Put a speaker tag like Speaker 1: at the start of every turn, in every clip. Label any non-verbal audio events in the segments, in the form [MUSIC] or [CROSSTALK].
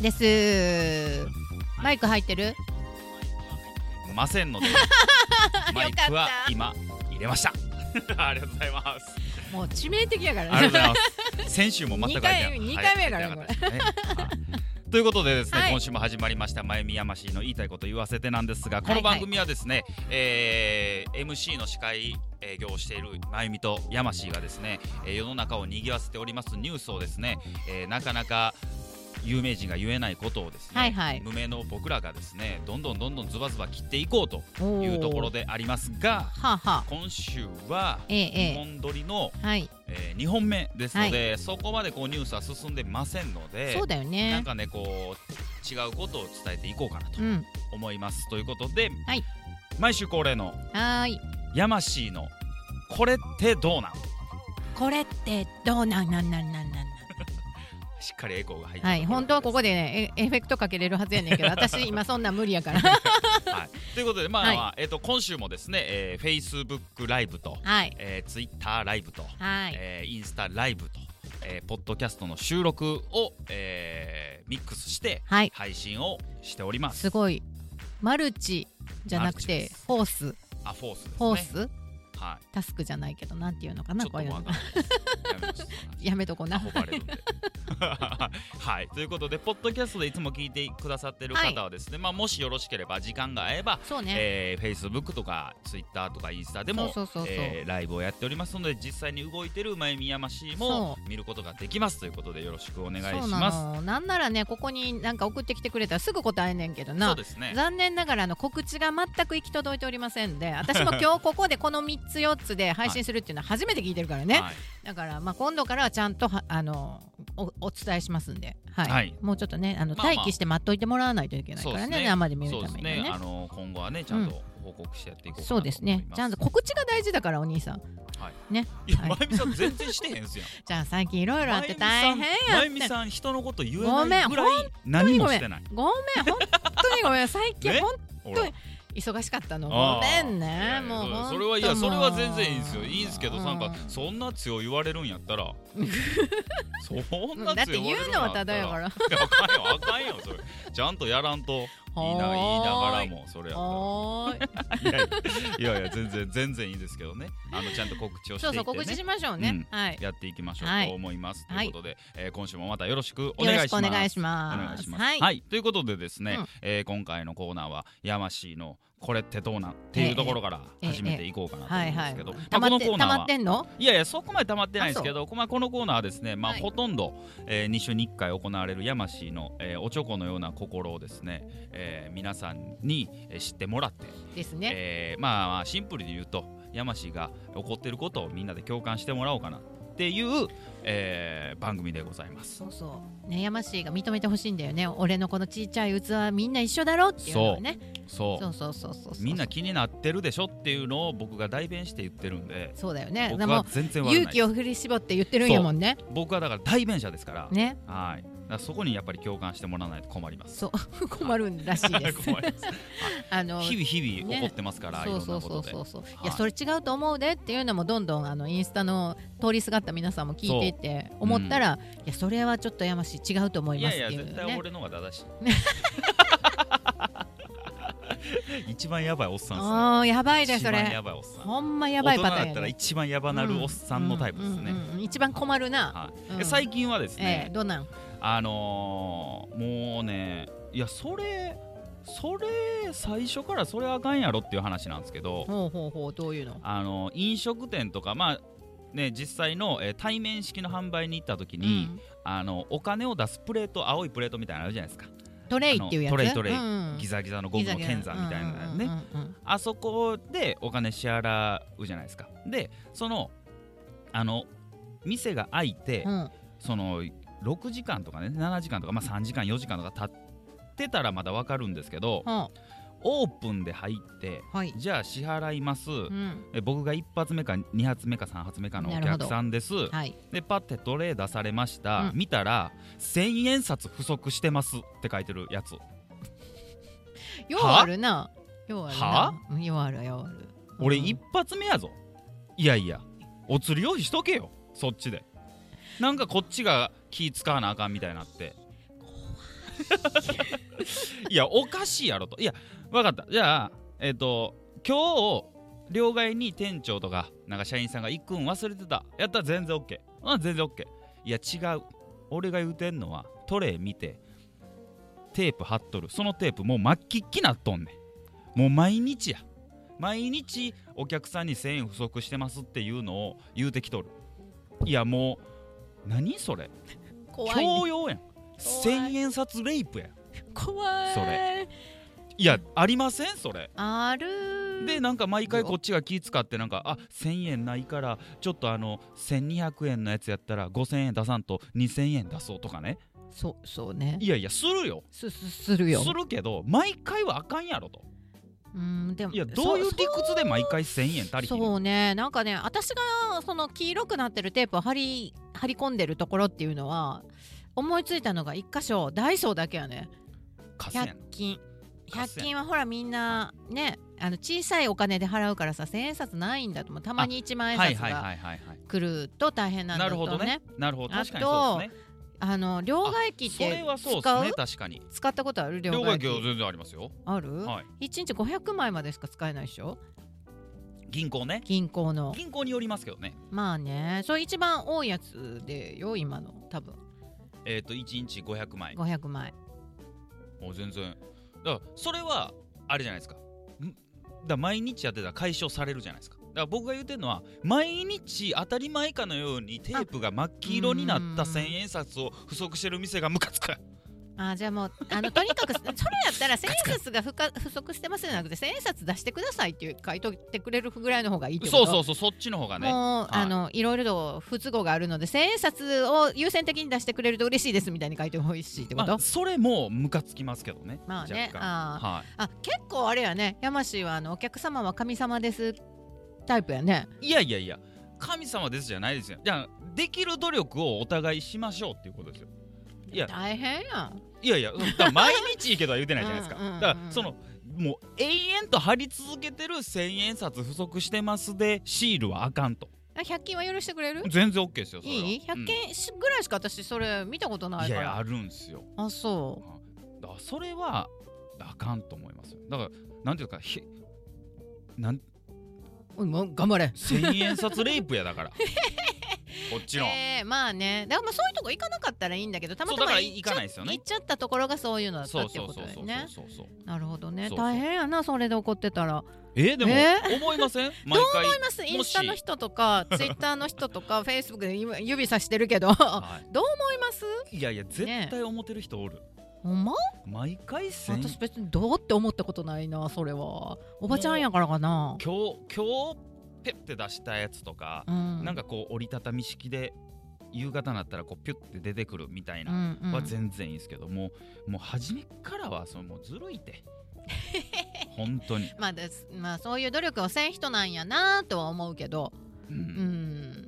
Speaker 1: ですマイク入ってる
Speaker 2: いません
Speaker 1: [LAUGHS]
Speaker 2: のでマイクは今入れました [LAUGHS] ありがとうございます
Speaker 1: もう致命的やから
Speaker 2: ありがとうござい
Speaker 1: ね
Speaker 2: ます先週も全く入ってなかっ
Speaker 1: 二回
Speaker 2: た
Speaker 1: 目二回目やからね
Speaker 2: はい入ってなかったですねはいということでですね、
Speaker 1: はい
Speaker 2: 今週も始まりました「まゆみやましいの言いたいこと言わせて」なんですが
Speaker 1: い
Speaker 2: この番組はですね、えー MC の司会営業をしているまゆみとやましいがですねえー世の中を賑わせておりますニュースをですね、えーなかなか有名人が言えないことをですね、
Speaker 1: はいはい
Speaker 2: 無名の僕らがですねどんどんどんどんズバズバ切っていこうと
Speaker 1: [LAUGHS] おー
Speaker 2: いうところでありますが
Speaker 1: はあ、は
Speaker 2: 今週は
Speaker 1: ええええ
Speaker 2: 日本撮りの、
Speaker 1: あ、はい
Speaker 2: えー、2本目ですので、そこまでこうニュースは進んでませんので
Speaker 1: そうだよ
Speaker 2: なん
Speaker 1: ね
Speaker 2: かねこう違うことを伝えていこうかなと
Speaker 1: うん
Speaker 2: 思います、ということで、
Speaker 1: はい
Speaker 2: 毎週恒例の
Speaker 1: はーい
Speaker 2: ヤマシーの「これってどうなん?
Speaker 1: これってどうなんなんなんなんなん」
Speaker 2: しっかりエコーが入ってる
Speaker 1: はい本当はこ
Speaker 2: こ
Speaker 1: こでねエエフェクトかけれるはずや
Speaker 2: [LAUGHS]
Speaker 1: ねんけど私今そんなん無理やから
Speaker 2: ろです、はい、ということでまあ、
Speaker 1: はい
Speaker 2: まあえっと今週もですね、えー、Facebook ライブと、
Speaker 1: はい
Speaker 2: えー、Twitter ライブと、
Speaker 1: はい
Speaker 2: えーインスタライブと、えーポッドキャストの収録を、えーミックスして
Speaker 1: はい
Speaker 2: 配信をしております。
Speaker 1: すごいマルチじゃなく
Speaker 2: マルチ
Speaker 1: て
Speaker 2: です
Speaker 1: フォース
Speaker 2: あフォースですね。
Speaker 1: フォース、
Speaker 2: は
Speaker 1: タスクじゃないけどなんていうのか
Speaker 2: い。
Speaker 1: な
Speaker 2: ちょっと
Speaker 1: こういう
Speaker 2: もうあ
Speaker 1: の
Speaker 2: かんやめました
Speaker 1: [LAUGHS] やめとこうな
Speaker 2: 憧れるんで [LAUGHS] はいということでポッドキャストでいつも聞いてくださってる方はですね、まあもしよろしければ時間が合えば、
Speaker 1: そうね、
Speaker 2: えー、Facebook とか Twitter とかインスタで
Speaker 1: そ
Speaker 2: も
Speaker 1: うそうそうそう
Speaker 2: えーライブをやっておりますので実際に動いてるうまいみやましいも見ることができますということでよろしくお願い
Speaker 1: そう
Speaker 2: し
Speaker 1: な
Speaker 2: ます。
Speaker 1: のなんならねここになんか送ってきてくれたらすぐ答えんねんけど
Speaker 2: そ
Speaker 1: な
Speaker 2: うですね。
Speaker 1: 残念ながらあの告知が全く行き届いておりません
Speaker 2: [LAUGHS]
Speaker 1: で私も今日ここでこの3つ4つで配信するっていうのは初めて聞いてるからね、
Speaker 2: はい
Speaker 1: だからまあ今度からはちゃんとはあのおお伝えしますんで、はい
Speaker 2: はい
Speaker 1: もうちょっとねあの
Speaker 2: まあまあ
Speaker 1: 待機して待っといてもらわないといけないからね,、生で見
Speaker 2: そ
Speaker 1: る
Speaker 2: う
Speaker 1: た
Speaker 2: です
Speaker 1: めには
Speaker 2: ね。あ
Speaker 1: ね。
Speaker 2: の今後はねちゃんと報告してやっていこうかなと
Speaker 1: そう
Speaker 2: 思
Speaker 1: で
Speaker 2: います
Speaker 1: ねちゃんと告知が大事だからお兄さん
Speaker 2: いや
Speaker 1: はい
Speaker 2: まゆみさん全然してへん
Speaker 1: [LAUGHS]
Speaker 2: すやん。
Speaker 1: じゃあ最近いろいろあって大変やって
Speaker 2: まゆみさんまゆみさん人のこと言えないぐらい
Speaker 1: 本当
Speaker 2: 何
Speaker 1: に
Speaker 2: も
Speaker 1: ごめん
Speaker 2: してない。
Speaker 1: ごめん本当にごめん最近
Speaker 2: ね
Speaker 1: 本
Speaker 2: ほら
Speaker 1: 本当忙しかったの
Speaker 2: あ
Speaker 1: ご
Speaker 2: ー
Speaker 1: めんね
Speaker 2: いやいや
Speaker 1: もう
Speaker 2: それはいやそれは全然いいんですよいいんですけどなんか
Speaker 1: そ
Speaker 2: そんな強い言われるんやっ
Speaker 1: [LAUGHS]
Speaker 2: たらそんな
Speaker 1: だって
Speaker 2: 強い
Speaker 1: 言
Speaker 2: 言われる
Speaker 1: うんの
Speaker 2: や
Speaker 1: は
Speaker 2: った
Speaker 1: ただ
Speaker 2: ら
Speaker 1: やから
Speaker 2: いやあかんよあかんよそれちゃんとやらんと [LAUGHS] 言いな言いながらもそ
Speaker 1: [LAUGHS]
Speaker 2: れやっ
Speaker 1: は
Speaker 2: [LAUGHS]
Speaker 1: ーい
Speaker 2: たらいやいやいや全然全然いいですけどねあのちゃんと告知をし
Speaker 1: そう
Speaker 2: てい
Speaker 1: そう
Speaker 2: って
Speaker 1: 告知し
Speaker 2: ね
Speaker 1: ましょうねはい
Speaker 2: やっていきましょう
Speaker 1: はい
Speaker 2: と思いますと
Speaker 1: はいいう
Speaker 2: ことでえー今週もまたよろしくお
Speaker 1: よ
Speaker 2: 願
Speaker 1: ろ
Speaker 2: い
Speaker 1: し
Speaker 2: し
Speaker 1: くお
Speaker 2: ます
Speaker 1: 願いし
Speaker 2: お願
Speaker 1: ま
Speaker 2: いし
Speaker 1: す
Speaker 2: ます。は、
Speaker 1: はいい
Speaker 2: ということでですね、
Speaker 1: うん
Speaker 2: えー今回のコーナーは「やましいのこれってどうなん?」っていうところから
Speaker 1: ええ
Speaker 2: 始めていこうかなと
Speaker 1: は
Speaker 2: 思
Speaker 1: い
Speaker 2: うんで
Speaker 1: は
Speaker 2: す
Speaker 1: い
Speaker 2: けど、
Speaker 1: 溜
Speaker 2: まあ
Speaker 1: まっ
Speaker 2: このコ
Speaker 1: て
Speaker 2: ーナ
Speaker 1: 溜
Speaker 2: ー
Speaker 1: ま
Speaker 2: は
Speaker 1: ってんの
Speaker 2: いやいやそこまで溜まってないんですけど、まあ、このコーナーはですね、まあ、
Speaker 1: はい
Speaker 2: ほとんど、えー、2週に1回行われるやましいの、えーおちょこのような心をですね、えー皆さんにえー知ってもらって、
Speaker 1: ですね
Speaker 2: えーまあまあシンプルに言うとやましいが起こってることをみんなで共感してもらおうかなっていう、えー番組でございます。
Speaker 1: そうそうねやましいが認めてほしいんだよね俺のこのちっちゃい器みんな一緒だろっていうのをね
Speaker 2: そう
Speaker 1: そうそうそうそうそう
Speaker 2: みんな気になってるでしょっていうのを僕が代弁して言ってるんで
Speaker 1: そうだよね
Speaker 2: 僕
Speaker 1: で
Speaker 2: は
Speaker 1: も
Speaker 2: 全然悪
Speaker 1: 勇
Speaker 2: ない
Speaker 1: 気を振り絞って言ってるんやもんね
Speaker 2: 僕はだから代弁者ですから,、
Speaker 1: ね [LAUGHS]
Speaker 2: はいだからそこにやっぱり共感してもらわないと困ります
Speaker 1: そう困るらしい
Speaker 2: [LAUGHS]
Speaker 1: です
Speaker 2: 困ります
Speaker 1: あの
Speaker 2: 日々日々
Speaker 1: ね
Speaker 2: 起こってますから、
Speaker 1: そう
Speaker 2: いろ
Speaker 1: そ
Speaker 2: ん
Speaker 1: う
Speaker 2: なこ
Speaker 1: そ
Speaker 2: と
Speaker 1: う
Speaker 2: で
Speaker 1: そうそう、い、
Speaker 2: はい
Speaker 1: やそれ違うと思うでっていうのもどんどんあのインスタの通りすがった皆さんも聞いていて思ったら、いやそれはちょっとやましい違うと思い
Speaker 2: い
Speaker 1: ま
Speaker 2: や
Speaker 1: すってい
Speaker 2: いや
Speaker 1: うね
Speaker 2: 絶対俺の方が正しい [LAUGHS] 一番やばいおっさんですね
Speaker 1: あーやばいね
Speaker 2: 一
Speaker 1: そ
Speaker 2: 番や
Speaker 1: れ
Speaker 2: ばいおっさん
Speaker 1: ほんまやばいパターン
Speaker 2: 大人だ
Speaker 1: や
Speaker 2: ったら
Speaker 1: ね
Speaker 2: 一番やばなるおっさんのタイプですね、
Speaker 1: うんうんうん一番困るな、
Speaker 2: はい
Speaker 1: うん
Speaker 2: で最近はですね
Speaker 1: ええ、どうなん
Speaker 2: あのー、もうねいやそれそれ最初からそれあかんやろっていう話なんですけど、
Speaker 1: ほうほうほうどういうの
Speaker 2: あの飲食店とかまあね実際の、えー対面式の販売に行った時に、あのお金を出すプレート青いプレートみたいなのあるじゃないですか、
Speaker 1: うんトレイっていうやつ
Speaker 2: あのトレイトレイ
Speaker 1: うんうん
Speaker 2: ギザギザのゴムの剣山みたいなのね、
Speaker 1: うんうんうんうん
Speaker 2: あそこでお金支払うじゃないですかでそのあの店が開いて、
Speaker 1: うんうん
Speaker 2: その6時間とかね7時間とか、まあ、3時間4時間とか経ってたらまだ分かるんですけど
Speaker 1: は
Speaker 2: オープンで入って
Speaker 1: あはい、
Speaker 2: じゃあ支払います、
Speaker 1: うん
Speaker 2: え僕が1発目か2発目か3発目かのお
Speaker 1: なるほ
Speaker 2: 客
Speaker 1: ど
Speaker 2: さんです
Speaker 1: はい、
Speaker 2: でパッてトレー出されました、
Speaker 1: うん
Speaker 2: 見たら1000円札不足してますって書いてるやつ
Speaker 1: ようあるなようあるな
Speaker 2: は
Speaker 1: うんようあるようある
Speaker 2: 俺
Speaker 1: うん
Speaker 2: 1発目やぞ、いやいやお釣り用意しとけよそっちでなんかこっちが気使わなあかんみたいになって [LAUGHS] いやおかしいやろといや分かったじゃあえっ、と今日両替に店長とかなんか社員さんが行くん忘れてたやったら全然 OK うん全然 OK いや違う俺が言うてんのはトレイ見てテープ貼っとるそのテープもう末期っきなっとんねんもう毎日や毎日お客さんに1000円不足してますっていうのを言うてきとるいやもう何それ
Speaker 1: 怖い、
Speaker 2: 強
Speaker 1: ね、
Speaker 2: 要やん
Speaker 1: 怖い
Speaker 2: 1000円札レイプやん
Speaker 1: 怖い
Speaker 2: それいやありませんそれ
Speaker 1: ある
Speaker 2: でなんか毎回こっちが気使ってなんかあ1000円ないからちょっとあの1200円のやつやったら5000円出さんと2000円出そうとかね
Speaker 1: そうそうね
Speaker 2: いやいやするよ
Speaker 1: すすするよ
Speaker 2: するけど毎回はあかんやろと
Speaker 1: うんでも
Speaker 2: いやどういう
Speaker 1: そ
Speaker 2: 理屈で毎回1000円足りひん
Speaker 1: そ
Speaker 2: の
Speaker 1: うねなんかね私がその黄色くなってるテープを貼り貼り込んでるところっていうのは思いついたのが一箇所ダイソーだけやね
Speaker 2: かせん
Speaker 1: 100均
Speaker 2: 合戦
Speaker 1: 100均はほらみんなねあの小さいお金で払うからさ千円札ないんだと思うたまに1万円
Speaker 2: はい
Speaker 1: 札
Speaker 2: はい
Speaker 1: が
Speaker 2: はいはいはい
Speaker 1: 来ると大変なんだ
Speaker 2: な
Speaker 1: と
Speaker 2: るほどね
Speaker 1: ね
Speaker 2: なるほど
Speaker 1: あと
Speaker 2: 確かにそうですね
Speaker 1: あの両替機っ
Speaker 2: それ
Speaker 1: て
Speaker 2: はそうです
Speaker 1: 使
Speaker 2: ね
Speaker 1: う
Speaker 2: 確かに
Speaker 1: 使ったことある両
Speaker 2: 両替
Speaker 1: 替
Speaker 2: 機は
Speaker 1: 機
Speaker 2: 全然ありますよ
Speaker 1: ある
Speaker 2: はい
Speaker 1: 一日500枚までしか使えないでしょ
Speaker 2: 銀行ね
Speaker 1: 銀行の
Speaker 2: 銀行によりますけどね
Speaker 1: まあねそれ一番多いやつでよ今の多分
Speaker 2: えっと1日500枚
Speaker 1: 500枚
Speaker 2: もう全然だからそれはあれじゃないですかんだから毎日やってたら解消されるじゃないですかだから僕が言ってるのは毎日当たり前かのようにテープが真っ黄色になった
Speaker 1: うーん
Speaker 2: 千円札を不足してる店がムカつく
Speaker 1: あじゃあもうあのとに
Speaker 2: [LAUGHS]
Speaker 1: かくそれやったら千円札が不か不足してますじゃなくて千円札出してくださいっていう書いといてくれるぐらいの方がいいってこと
Speaker 2: そうそうそうそっちの方がね
Speaker 1: もう、
Speaker 2: はい
Speaker 1: い、あのいろいろと不都合があるので千円札を優先的に出してくれると嬉しいですみたいに書いてほしいってこ
Speaker 2: ま
Speaker 1: と
Speaker 2: あ、それもムカつきますけどね
Speaker 1: まあね
Speaker 2: 若干
Speaker 1: あ
Speaker 2: は
Speaker 1: ーあ結構あれやね山氏はあのお客様は神様ですタイプやね
Speaker 2: い、いやいやいや神様ですじゃないですよじゃあできる努力をお互いしましょうっていうことですよいや
Speaker 1: 大変やん
Speaker 2: いやいやだから毎日いいけどは言ってないじゃないですか
Speaker 1: うんうんうんうん
Speaker 2: だからそのもう永遠と貼り続けてる千円札不足してますでシールはあかんと
Speaker 1: あ100均は許してくれる
Speaker 2: 全然 OK ですよそれはい
Speaker 1: い100
Speaker 2: うん
Speaker 1: 件ぐらいしか私それ見たことない
Speaker 2: い
Speaker 1: か
Speaker 2: や
Speaker 1: ら
Speaker 2: いやあるんですよ
Speaker 1: あそ
Speaker 2: だからそれはあかんと思いますよだからなんていうかひなん
Speaker 1: う、うん、もう頑張れ
Speaker 2: 千円札レイプやだから
Speaker 1: [LAUGHS]
Speaker 2: こっちの、
Speaker 1: えーまあねだからまあそういうとこ行かなかったらいいんだけどたま
Speaker 2: そう
Speaker 1: た
Speaker 2: だか
Speaker 1: ま
Speaker 2: ら行かないですよね
Speaker 1: 行っちゃったところがそういうのだった
Speaker 2: そう
Speaker 1: ってい
Speaker 2: そうう
Speaker 1: こと
Speaker 2: そう
Speaker 1: だ
Speaker 2: そ
Speaker 1: よ
Speaker 2: う
Speaker 1: ね
Speaker 2: そうそう
Speaker 1: なるほどね
Speaker 2: そうそう
Speaker 1: 大変やなそれで怒ってたら思
Speaker 2: えー、でも、
Speaker 1: え
Speaker 2: 思い
Speaker 1: [LAUGHS]
Speaker 2: ません毎回
Speaker 1: います
Speaker 2: し
Speaker 1: インスタの人と
Speaker 2: [LAUGHS]
Speaker 1: かツイッターの人とかフェイスブックで今指さしてるけど思い
Speaker 2: は
Speaker 1: ます
Speaker 2: い、いやいや絶対思ってる人おる、
Speaker 1: ほんま
Speaker 2: 毎回千円
Speaker 1: 私別にどうって思ったことないなそれはおばちゃんやからかな
Speaker 2: 今日今日ペッて出したやつとか
Speaker 1: う、ん
Speaker 2: なんかこう折りたたみ式で夕方になったらこうピュッて出てくるみたいな
Speaker 1: うんうん
Speaker 2: は全然いいんですけど、もうもう初めっからはそのもうずる
Speaker 1: [LAUGHS]
Speaker 2: いて本当に、
Speaker 1: まあですまあそういう努力をせん人なんやなとは思うけど
Speaker 2: う
Speaker 1: うん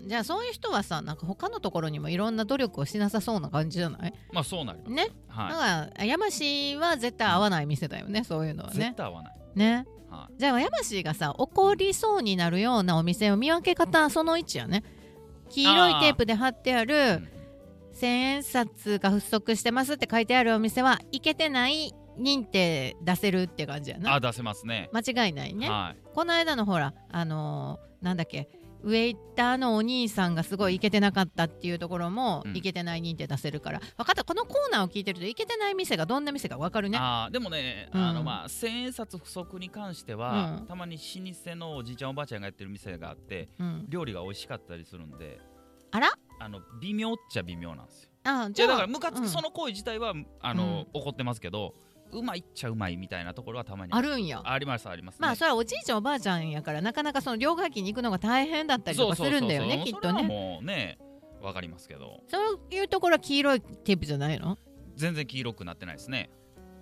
Speaker 1: んじゃあそういう人はさなんか他のところにもいろんな努力をしなさそうな感じじゃない
Speaker 2: まあそうなります、
Speaker 1: ね
Speaker 2: はい、
Speaker 1: だから山氏は絶対合わない店だよねそういうのは
Speaker 2: 絶
Speaker 1: ね
Speaker 2: 対合わない、
Speaker 1: ね
Speaker 2: はい、
Speaker 1: じゃあ山氏がさ怒りそうになるようなお店を見分け方その1やね黄色いテープで貼ってあ
Speaker 2: う
Speaker 1: る
Speaker 2: ん
Speaker 1: 千円札が不足してますって書いてあるお店はイケてない認定出せるって感じやな
Speaker 2: あ出せますね
Speaker 1: 間違いないね
Speaker 2: はい
Speaker 1: この間のほらあのーなんだっけウェイターのお兄さんがすごいイケてなかったっていうところも
Speaker 2: うん
Speaker 1: イケてない認定出せるから分かったこのコーナーを聞いてるとイケてない店がどんな店か分かるね
Speaker 2: あーでもね、
Speaker 1: うん
Speaker 2: あのまあ千円札不足に関しては、
Speaker 1: うん
Speaker 2: たまに老舗のおじいちゃんおばあちゃんがやってる店があって
Speaker 1: うん、
Speaker 2: 料理が美味しかったりするんで
Speaker 1: あら
Speaker 2: あの微妙っちゃ微妙なんですよ
Speaker 1: あ
Speaker 2: じ
Speaker 1: じ
Speaker 2: ゃ
Speaker 1: ゃあ
Speaker 2: あだからムカつく、
Speaker 1: うん
Speaker 2: その行為自体はあの、怒ってますけどうまいっちゃうまいみたいなところはたまに
Speaker 1: あるんや
Speaker 2: ありますあります、ね、
Speaker 1: まあそれはおじいちゃんおばあちゃんやからなかなかその両替機に行くのが大変だったりとかするんだよね
Speaker 2: そう
Speaker 1: きっ
Speaker 2: そうそう
Speaker 1: と
Speaker 2: それ
Speaker 1: ね
Speaker 2: はもうねわかりますけど
Speaker 1: そういうところは黄色いテープじゃないの
Speaker 2: 全然黄色くなってないですね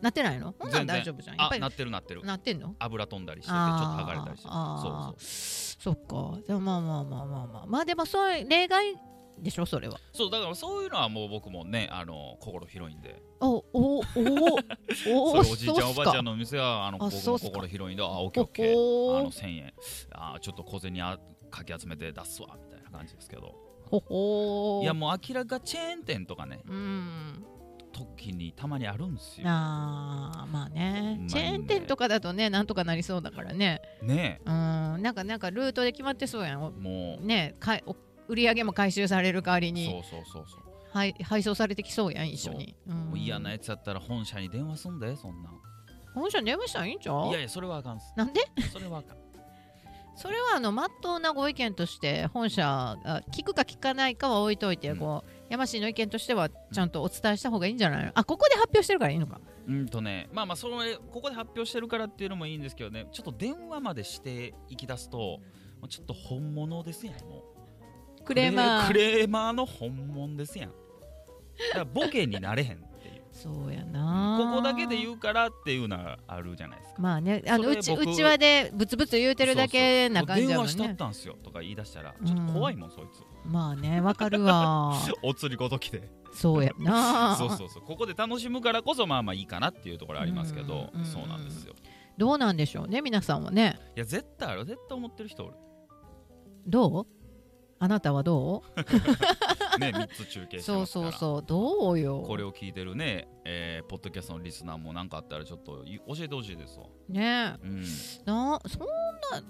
Speaker 1: なってないのほんなら
Speaker 2: 全然
Speaker 1: 大丈夫じゃんやっ
Speaker 2: あ
Speaker 1: ぱり
Speaker 2: なってるなってる
Speaker 1: なってんの
Speaker 2: 油飛んだりしててちょっと
Speaker 1: あ
Speaker 2: 剥がれたりしてて
Speaker 1: あ
Speaker 2: そうそう
Speaker 1: ーそっかでもまあまあまあまあまあまあでもそういう例外でしょそれは
Speaker 2: そうだからそういうのはもう僕もねあの心広いんで
Speaker 1: おおお [LAUGHS] お
Speaker 2: それおじいちゃ
Speaker 1: そう
Speaker 2: んお
Speaker 1: っす
Speaker 2: ば
Speaker 1: か
Speaker 2: あちゃんのお店はあの
Speaker 1: あ
Speaker 2: 僕
Speaker 1: そう
Speaker 2: も
Speaker 1: っすか
Speaker 2: 心広いんであオッケー
Speaker 1: ほ
Speaker 2: オッケーあ
Speaker 1: ほ
Speaker 2: の1000円あーちょっと小銭あかき集めて出すわみたいな感じですけど
Speaker 1: ほほ
Speaker 2: いやもう明らかチェーン店とかね
Speaker 1: うん
Speaker 2: 時にたまにあるんですよ。
Speaker 1: あーまあね
Speaker 2: まあ
Speaker 1: チェーン店とかだとねなんとかなりそうだからね
Speaker 2: ね
Speaker 1: うんなんかなんかルートで決まってそうやんお
Speaker 2: えもう、
Speaker 1: ねかいお売り上げも回収される代わりに
Speaker 2: そうそうそうそう、
Speaker 1: はい配送されてきそうやん一緒にうん
Speaker 2: もう嫌なやつやったら本社に電話すんでそんなん
Speaker 1: 本社に電話したらいいんちゃう
Speaker 2: いやいやそれはあかんっす
Speaker 1: なんで
Speaker 2: それはあかん [LAUGHS]
Speaker 1: それはあの真っ当なご意見として本社が聞くか聞かないかは置いといて、
Speaker 2: うん
Speaker 1: こう山氏の意見としてはちゃんとお伝えした方がいいんじゃないのあここで発表してるからいいのか
Speaker 2: うんとねまあまあそのここで発表してるからっていうのもいいんですけどねちょっと電話までしていきだすともうちょっと本物ですやんもう
Speaker 1: クレーマー
Speaker 2: クレーマーの本物ですやんだからボケになれへんっていう
Speaker 1: そうや
Speaker 2: こ
Speaker 1: な
Speaker 2: こだけで
Speaker 1: う
Speaker 2: 言うからっていうのはあるじゃないですか
Speaker 1: まあねあの
Speaker 2: そうれ
Speaker 1: ち
Speaker 2: 僕
Speaker 1: うちわでブツブツ言うてるだけな感じや
Speaker 2: そう
Speaker 1: も
Speaker 2: そう
Speaker 1: ん
Speaker 2: 電話した
Speaker 1: ね
Speaker 2: ったんすよとか言い出したらちょっと怖いもん、そいつ
Speaker 1: まあねわかる
Speaker 2: [LAUGHS]
Speaker 1: わ
Speaker 2: お釣りごときで
Speaker 1: そうやな
Speaker 2: そうそうそうここで楽しむからこそまあまあいいかなっていうところありますけど、
Speaker 1: うんうんうん
Speaker 2: そうなんですよ
Speaker 1: どうなんでしょうね皆さんはね
Speaker 2: いや絶対ある絶対思ってる人おる
Speaker 1: どうあなたはど [LAUGHS]
Speaker 2: ね3つ中継
Speaker 1: う
Speaker 2: して
Speaker 1: そ
Speaker 2: ま
Speaker 1: う
Speaker 2: すか
Speaker 1: そ
Speaker 2: ら
Speaker 1: うそうどうよ
Speaker 2: これを聞いてるね、えーポッドキャストのリスナーも何かあったらちょっとい教えてほしいですわ、
Speaker 1: ね
Speaker 2: うん、
Speaker 1: なそんな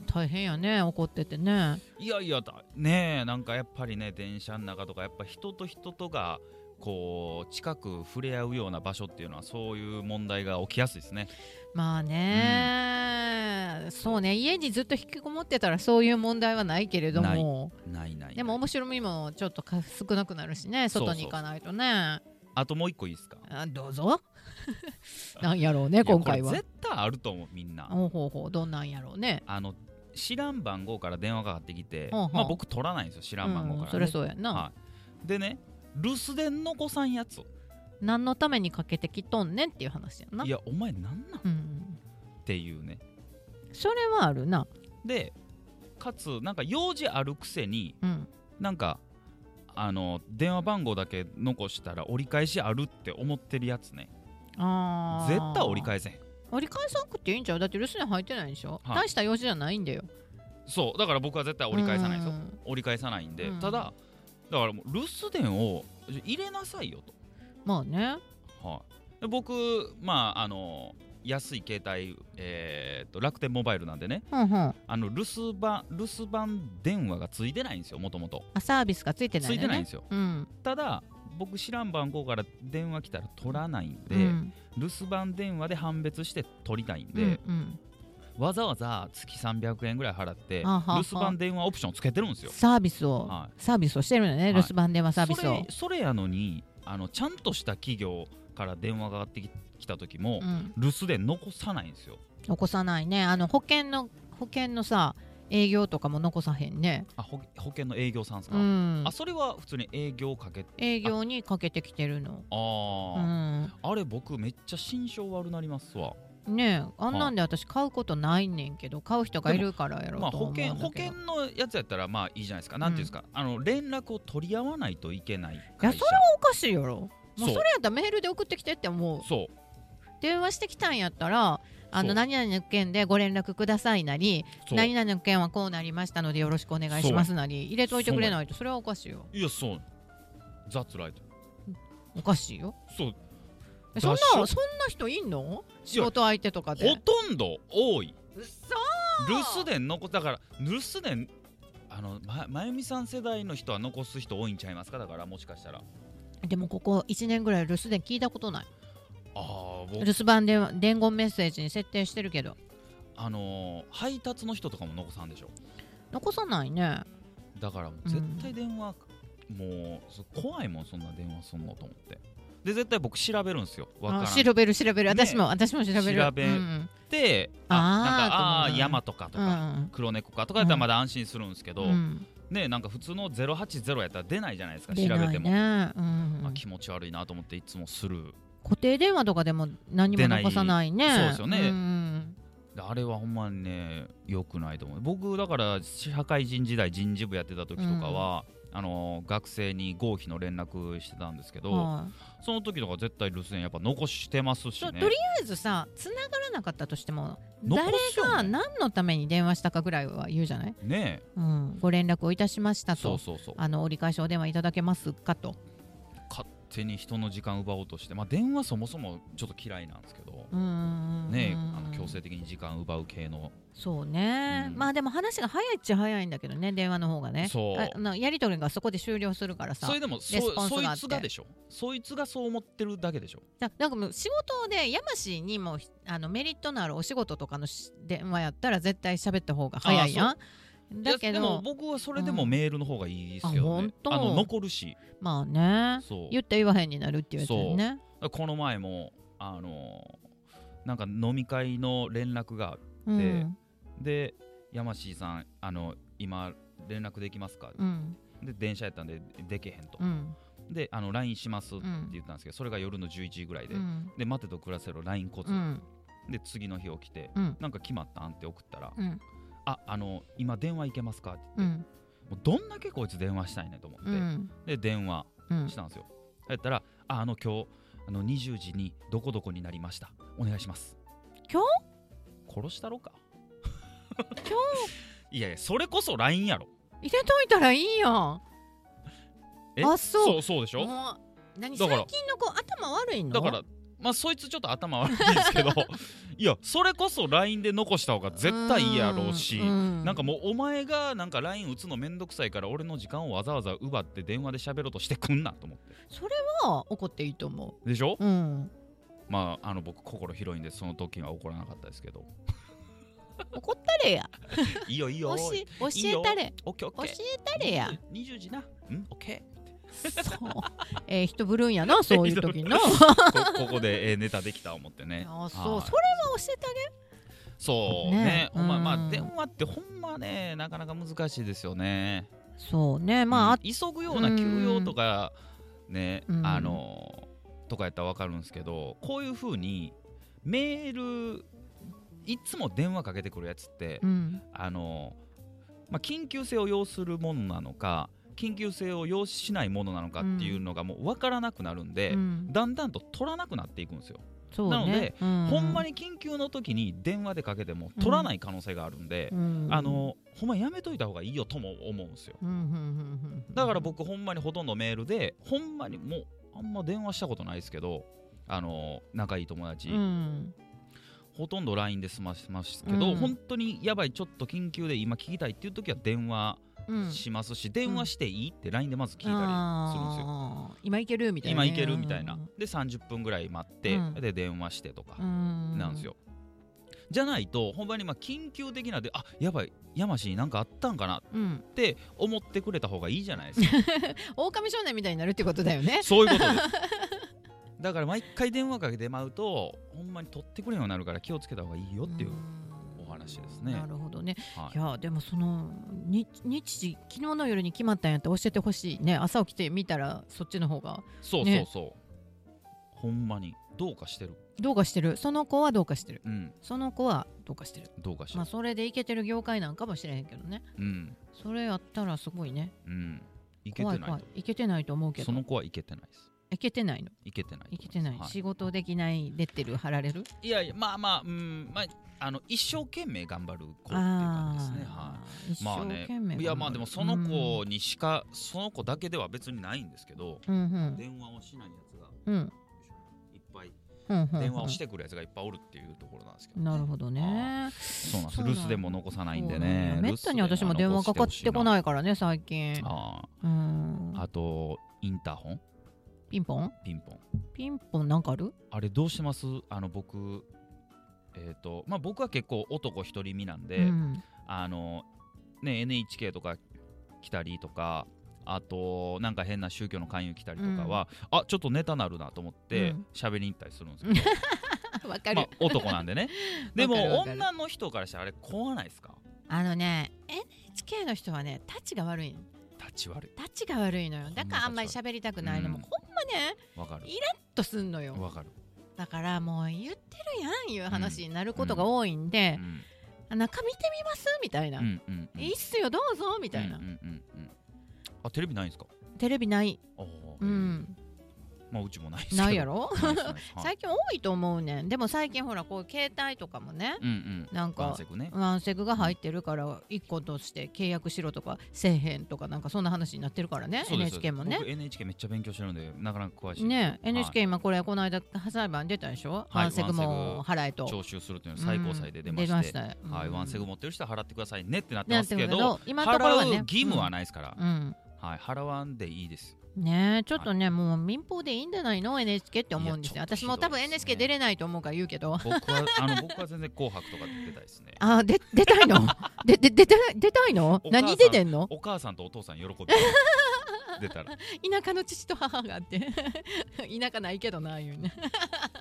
Speaker 1: 大変やね怒っててね
Speaker 2: いやいやだねえなんかやっぱりね電車の中とかやっぱ人と人とがこう近く触れ合うような場所っていうのはそういう問題が起きやすいですね
Speaker 1: まあね、そうね家にずっと引きこもってたらそういう問題はないけれども
Speaker 2: ないない
Speaker 1: でも面白みもちょっとか少なくなるしね外に行かないとね
Speaker 2: あともう一個いいですか
Speaker 1: あどう
Speaker 2: [LAUGHS]
Speaker 1: ぞなんやろうね今回はい
Speaker 2: やこれ絶対あると思うみんな
Speaker 1: ほうほうほうどんなんやろうね
Speaker 2: あの知らん番号から電話がかかってきて
Speaker 1: ほうほう
Speaker 2: まあ僕取らないんですよ知らん番号か
Speaker 1: う
Speaker 2: ら、ね
Speaker 1: ん、そりゃそうやんな、
Speaker 2: はい、でね留守電残さんやつ
Speaker 1: 何のためにかけてきとんねんっていう話やんない
Speaker 2: やお前なんなんっ
Speaker 1: うん、
Speaker 2: ていうね
Speaker 1: それはあるな
Speaker 2: でかつなんか用事あるくせに
Speaker 1: うん
Speaker 2: なんかあの電話番号だけ残したら折り返しあるって思ってるやつね
Speaker 1: あー
Speaker 2: 絶対折り返せへん
Speaker 1: 折り返さなくていいんちゃうだって留守に入ってないでしょ、
Speaker 2: はい
Speaker 1: 大した用事じゃないんだよ
Speaker 2: そうだから僕は絶対折り返さないんですよ
Speaker 1: うん
Speaker 2: 折り返さないんで
Speaker 1: うん
Speaker 2: ただだからもう留守電を入れなさいよと
Speaker 1: まあね
Speaker 2: はい、で僕まああの安い携帯、えー、と楽天モバイルなんでね
Speaker 1: うんうん
Speaker 2: あの留守番留守番電話がついてないんですよもともと
Speaker 1: あサービスがついてない
Speaker 2: つ
Speaker 1: の
Speaker 2: い
Speaker 1: ね
Speaker 2: てないんですよ
Speaker 1: うん
Speaker 2: ただ僕知らん番号から電話来たら取らないんで、
Speaker 1: うん
Speaker 2: 留守番電話で判別して取りたいんで、
Speaker 1: うん
Speaker 2: わざわざ月300円ぐらい払って
Speaker 1: あはは
Speaker 2: 留守番電話オプションつけてるんです
Speaker 1: うん、
Speaker 2: よ
Speaker 1: サービスを、
Speaker 2: は
Speaker 1: サービスをしてるのね、
Speaker 2: はい
Speaker 1: 留守番電話サービス
Speaker 2: そ
Speaker 1: を
Speaker 2: れ、それやのにあのちゃんとした企業から電話がかかってききた時も
Speaker 1: う、ん、
Speaker 2: 留守電残さないんですよ
Speaker 1: 残さないねあの保険の保険のさ営業とかも残さへんね
Speaker 2: あ保保険の営業さんですか、
Speaker 1: うん
Speaker 2: あそれは普通に営業かけ
Speaker 1: 営業にかけてきてるの
Speaker 2: あ
Speaker 1: う
Speaker 2: ー、
Speaker 1: ん
Speaker 2: あれ僕めっちゃ心象悪なりますわ
Speaker 1: ねえあんなんで私買うことないねんけど買う人がいるからやろ
Speaker 2: まあ
Speaker 1: うと思
Speaker 2: 保
Speaker 1: うんだけ
Speaker 2: 険
Speaker 1: ど、
Speaker 2: 保険のやつやったらまあいいじゃないですかなんていうんですか、あの連絡を取り合わないといけない会社
Speaker 1: いやそれおかしいやろもうそれやったらメールで送ってきてって思う
Speaker 2: そう
Speaker 1: 電話してきたんやったらあ
Speaker 2: そ
Speaker 1: の
Speaker 2: う
Speaker 1: 何々の件でご連絡くださいなり
Speaker 2: そう
Speaker 1: 何々の件はこうなりましたのでよろしくお願いしますなり入れといてくれないとそれはおかしいよ
Speaker 2: いやそうザッツライト
Speaker 1: おかしいよ
Speaker 2: そう
Speaker 1: えそんな
Speaker 2: だし
Speaker 1: そん
Speaker 2: ょ
Speaker 1: な人いんの仕事相手とかで
Speaker 2: ほとんど多い
Speaker 1: 嘘
Speaker 2: 留守電残だから留守電あのままゆみさん世代の人は残す人多いんちゃいますかだからもしかしたら
Speaker 1: でもここ1年ぐらい留守電聞いたことない
Speaker 2: ああ僕
Speaker 1: 留守番電話伝言メッセージに設定してるけど
Speaker 2: あのー配達の人とかも残さんでしょ
Speaker 1: 残さないね
Speaker 2: だからもう
Speaker 1: うん
Speaker 2: 絶対電話、もうそ怖いもんそんな電話すんのと思ってで絶対僕調べるんですよわからん
Speaker 1: あ調べる調べる
Speaker 2: ね
Speaker 1: 私も、私も調べる
Speaker 2: 調べ
Speaker 1: うん
Speaker 2: であ
Speaker 1: あー
Speaker 2: なんかあ
Speaker 1: と
Speaker 2: ー
Speaker 1: 思う
Speaker 2: 山とかと
Speaker 1: うんう
Speaker 2: か、
Speaker 1: ん
Speaker 2: 黒猫かとかやったらまだ安心するんですけど、
Speaker 1: うん
Speaker 2: ねなんか普通の080やったら出ないじゃないですか調
Speaker 1: 出
Speaker 2: べ
Speaker 1: な
Speaker 2: て
Speaker 1: い
Speaker 2: も、
Speaker 1: ねうん
Speaker 2: あ気持ち悪いなと思っていつもスルー
Speaker 1: 固定電話とかでも何も残さないね
Speaker 2: 出ないそうですよね
Speaker 1: ん
Speaker 2: であれはほんまにね良くないと思う僕だから社会人時代人事部やってた時とかは、あのー学生に合否の連絡してたんですけど、
Speaker 1: はい
Speaker 2: その時とか絶対留守電やっぱ残してますし
Speaker 1: そう
Speaker 2: ね
Speaker 1: とりあえずさ繋がらなかったとしても
Speaker 2: 残
Speaker 1: 誰
Speaker 2: すよね
Speaker 1: が何のために電話したかぐらいは言うじゃない、
Speaker 2: ね
Speaker 1: うん、ご連絡をいたしました
Speaker 2: えそ
Speaker 1: と
Speaker 2: うそうそう
Speaker 1: あの折り返しお電話いただけますかと
Speaker 2: 勝手に人の時間奪おうとして、まあ、電話そもそもちょっと嫌いなんですけど、
Speaker 1: うんうんうん
Speaker 2: ね、あの強制的に時間奪う系の
Speaker 1: そうね、
Speaker 2: うん
Speaker 1: まあでも話が早いっちゃ早いんだけどね電話の方がね
Speaker 2: そう
Speaker 1: ああのやり取りがそこで終了するからさ
Speaker 2: それでも
Speaker 1: レ
Speaker 2: そ
Speaker 1: スポンス
Speaker 2: そい
Speaker 1: があって
Speaker 2: つがでしょそいつがそう思ってるだけでしょ
Speaker 1: だなんかもう仕事で山氏にもあのメリットのあるお仕事とかのし電話やったら絶対喋った方が早いやんだけ
Speaker 2: いやでも
Speaker 1: ど
Speaker 2: 僕はそれでもメールの方がいいですけど、
Speaker 1: うん
Speaker 2: ね
Speaker 1: あ本当
Speaker 2: あの残るし
Speaker 1: まあね
Speaker 2: そう
Speaker 1: 言って言わへんになるっていうやつやね
Speaker 2: この前もあのなんか飲み会の連絡が
Speaker 1: う
Speaker 2: で
Speaker 1: ん
Speaker 2: で山師さんあの今連絡できますか、
Speaker 1: うん
Speaker 2: で電車やったんでできへんと、
Speaker 1: うん
Speaker 2: であの LINE しますって
Speaker 1: うん
Speaker 2: 言ったんですけどそれが夜の11時ぐらいで、
Speaker 1: うん
Speaker 2: で待てと暮らせろ LINE コツ、
Speaker 1: うん
Speaker 2: で次の日起きて
Speaker 1: うん
Speaker 2: なんか決まったんって送ったら、
Speaker 1: うん
Speaker 2: ああの今電話いけますかって
Speaker 1: う
Speaker 2: 言っ
Speaker 1: ん
Speaker 2: て、もうどんだけこいつ電話したいねんと思って、
Speaker 1: うん
Speaker 2: で電話
Speaker 1: うん
Speaker 2: したんですよ、やったらああの今日あの20時にどこどこになりましたお願いします
Speaker 1: 今
Speaker 2: 日殺したろか
Speaker 1: 今
Speaker 2: [LAUGHS] いやいやそれこそ LINE やろ
Speaker 1: 日入れといたらいいやん
Speaker 2: え
Speaker 1: あそう
Speaker 2: そうそうでしょ
Speaker 1: もう何
Speaker 2: だ
Speaker 1: 最
Speaker 2: から
Speaker 1: 近の子頭悪いの
Speaker 2: だからまあそいつちょっと頭悪いんですけどいやそれこそ LINE で残した方が絶対いいやろうしなんかもうお前がなんか LINE 打つのめんどくさいから俺の時間をわざわざ奪って電話で喋ろうとしてくんなと思って
Speaker 1: それは怒っていいと思
Speaker 2: でしょ、
Speaker 1: ううん
Speaker 2: まああの僕心広いんでその時は怒らなかったですけど
Speaker 1: 怒ったれや
Speaker 2: [LAUGHS] いいよいいよ
Speaker 1: おし教えたれ
Speaker 2: オッケーオッ
Speaker 1: 教
Speaker 2: ケ
Speaker 1: え
Speaker 2: ー
Speaker 1: たれや
Speaker 2: 20時なうんオッケー
Speaker 1: そう。えー、人ぶるんやな、
Speaker 2: [LAUGHS]
Speaker 1: そういう時の。 [LAUGHS]
Speaker 2: こここで、えーネタできた思ってね
Speaker 1: あ、そう、
Speaker 2: はい
Speaker 1: それは教えてあげ
Speaker 2: そうね
Speaker 1: ね
Speaker 2: お前ま
Speaker 1: う
Speaker 2: あ
Speaker 1: ん
Speaker 2: 電話ってほんまねなかなか難しいですよね
Speaker 1: る。そうね、まあ、
Speaker 2: うん急ぐような休養とかね、
Speaker 1: うん
Speaker 2: あのとかやったら分かるんですけどこういうふうにメールいつも電話かけてくるやつって、
Speaker 1: うん、
Speaker 2: あの、まあ、緊急性を要するものなのか緊急性を要しないものなのかっていうのがもう分からなくなるんで、
Speaker 1: うん
Speaker 2: だんだんと取らなくなっていくんですよ、
Speaker 1: そうね。
Speaker 2: なので
Speaker 1: う
Speaker 2: ほんま
Speaker 1: に、
Speaker 2: に緊急の時に電話でかけても取らない可能性があるんで
Speaker 1: う、ん、
Speaker 2: あ、のほんまやめといた方がいいよとも思うんですよ
Speaker 1: うん、うん、うん、うん
Speaker 2: だから、僕ほんまにほとんどメールでほんまにもうあんま電話したことないですけどあの仲いい友達、
Speaker 1: うん、
Speaker 2: ほとんど LINE で済ましますけど、
Speaker 1: うん
Speaker 2: 本当にやばいちょっと緊急で今聞きたいっていう時は電話
Speaker 1: うん、
Speaker 2: しますし、電話していいって LINE でまず聞いたりするんですよ。
Speaker 1: あー今いけるみたいな
Speaker 2: 今
Speaker 1: ね、
Speaker 2: いけるみたいな
Speaker 1: うん。
Speaker 2: で30分ぐらい待って、
Speaker 1: うん
Speaker 2: で電話してとか
Speaker 1: うん、
Speaker 2: なんですよ。じゃないとほんまにまあ緊急的なんであやばい山氏になんかあったんかなっ
Speaker 1: うん。
Speaker 2: て思ってくれた方がいいじゃない
Speaker 1: [LAUGHS]
Speaker 2: ですか
Speaker 1: 狼少年みたいになるってことだよね。
Speaker 2: そういうことです。だから毎回電話かけてまうとほんまに取ってくれんようになるから気をつけた方がいいよっていう、
Speaker 1: ん
Speaker 2: お話ですね
Speaker 1: なるほどね。
Speaker 2: はい
Speaker 1: いやでもその日日時昨日の夜に決まったんやって教えてほしいね朝起きて見たらそっちの方が
Speaker 2: そうそう
Speaker 1: ね
Speaker 2: そう、ほんまにどうかしてる
Speaker 1: どうかしてるその子はどうかしてる
Speaker 2: うん
Speaker 1: その子はどうかしてる
Speaker 2: どうかしてる、
Speaker 1: まあそれでいけてる業界なんかもしれへんけどね
Speaker 2: うん
Speaker 1: それやったらすごいね
Speaker 2: うんいけ
Speaker 1: 怖
Speaker 2: てない
Speaker 1: い
Speaker 2: と
Speaker 1: 怖いいけてないと思うけ
Speaker 2: そ
Speaker 1: ど
Speaker 2: の子はいけてないです
Speaker 1: いけてないの
Speaker 2: いけてないと
Speaker 1: い
Speaker 2: 思ます
Speaker 1: けてない、
Speaker 2: は
Speaker 1: 仕事できないレッテル貼られる
Speaker 2: い、いやいやまあまあうんまああの一生懸命頑張る子っていう感じ
Speaker 1: あ
Speaker 2: で
Speaker 1: あ
Speaker 2: すねはい
Speaker 1: ー一
Speaker 2: まあ
Speaker 1: 生
Speaker 2: ね
Speaker 1: 懸命頑張る
Speaker 2: いやまあでもその子にしか、その子だけでは別にないんですけど、
Speaker 1: うんうん
Speaker 2: 電話をしないやつが
Speaker 1: うん
Speaker 2: いっぱい
Speaker 1: うんうんうん
Speaker 2: 電話をしてくるやつがいっぱいおるっていうところなんですけど、
Speaker 1: なるほどね
Speaker 2: そうなんです
Speaker 1: そうなん
Speaker 2: 留守でも残さないんで
Speaker 1: そうなん
Speaker 2: ね
Speaker 1: だめったに私も電話かかってこ
Speaker 2: い
Speaker 1: ないからね最近
Speaker 2: あー
Speaker 1: うん
Speaker 2: あとインターホン
Speaker 1: ピンポン
Speaker 2: ピンポン
Speaker 1: ピンポンなんかある
Speaker 2: あれどうしてますあの僕えっ、とまあ僕は結構男一人身なんで、
Speaker 1: うん
Speaker 2: あのね NHK とか来たりとかあとなんか変な宗教の勧誘来たりとかは、あちょっとネタなるなと思って
Speaker 1: うん
Speaker 2: 喋りに行ったりするんですけど、
Speaker 1: [LAUGHS] わか
Speaker 2: ま
Speaker 1: る
Speaker 2: あ男な
Speaker 1: [LAUGHS]
Speaker 2: んでねで
Speaker 1: わかる
Speaker 2: も
Speaker 1: わかる
Speaker 2: 女の人からしたらあれ怖ないですか
Speaker 1: あのね NHK の人はねタチが悪いの
Speaker 2: 立ち悪
Speaker 1: タチが悪いのよ
Speaker 2: ほん
Speaker 1: だ
Speaker 2: ま
Speaker 1: からあんまり喋りたくないのも
Speaker 2: うん
Speaker 1: ほんまね
Speaker 2: いわかる
Speaker 1: いちょっとすんのよ
Speaker 2: わかる、
Speaker 1: だからもう言ってるやんいう話になることが多いんで
Speaker 2: う、ん
Speaker 1: あ中見てみますみたいな、
Speaker 2: うんうんうん
Speaker 1: いいっすよどうぞみたいな、
Speaker 2: うんうんうんうんあテレビないんですか
Speaker 1: テレビない
Speaker 2: ああ、
Speaker 1: うん
Speaker 2: まあうちもないですけど
Speaker 1: ないやろ
Speaker 2: ないですないですはい
Speaker 1: [LAUGHS] 最近多いと思うねんでも最近ほらこう携帯とかもね
Speaker 2: うんうん
Speaker 1: なんか
Speaker 2: 岩石ね
Speaker 1: ワンセグが入ってるから1個として契約しろとかせえへんとかなんかそんな話になってるからね
Speaker 2: そうです
Speaker 1: NHK もね
Speaker 2: 僕 NHK めっちゃ勉強してるんでなかなか詳しい
Speaker 1: ね
Speaker 2: はい
Speaker 1: NHK 今これこの間裁判出たでしょ、
Speaker 2: はい
Speaker 1: ワンセグも払えと
Speaker 2: 徴収するというのは最高裁で出まして、
Speaker 1: うん出ましたよ
Speaker 2: はい、
Speaker 1: うん
Speaker 2: ワンセグ持ってる人は払ってくださいねってなって
Speaker 1: な
Speaker 2: ま
Speaker 1: ん
Speaker 2: す
Speaker 1: てい
Speaker 2: け
Speaker 1: うの
Speaker 2: ど
Speaker 1: だろう今のところ
Speaker 2: 払
Speaker 1: は
Speaker 2: う
Speaker 1: ね
Speaker 2: 義務はないですから、
Speaker 1: うん
Speaker 2: はい、払わんでいいです
Speaker 1: ねえちょっとね、もう民放でいいんじゃないの NHK って思うんですよ
Speaker 2: いやちょっと
Speaker 1: 私も多分
Speaker 2: ひどいですね
Speaker 1: NHK 出れないと思うから言うけど
Speaker 2: 僕は [LAUGHS] あの僕は全然「紅白」とか出たいですね
Speaker 1: あ
Speaker 2: [LAUGHS]
Speaker 1: で出たいのでで出た出たいの
Speaker 2: お母さん
Speaker 1: 何出てんの
Speaker 2: お母さんとお父さん喜び出
Speaker 1: [LAUGHS]
Speaker 2: たら
Speaker 1: 田舎の父と母があって [LAUGHS] 田舎ないけどないうね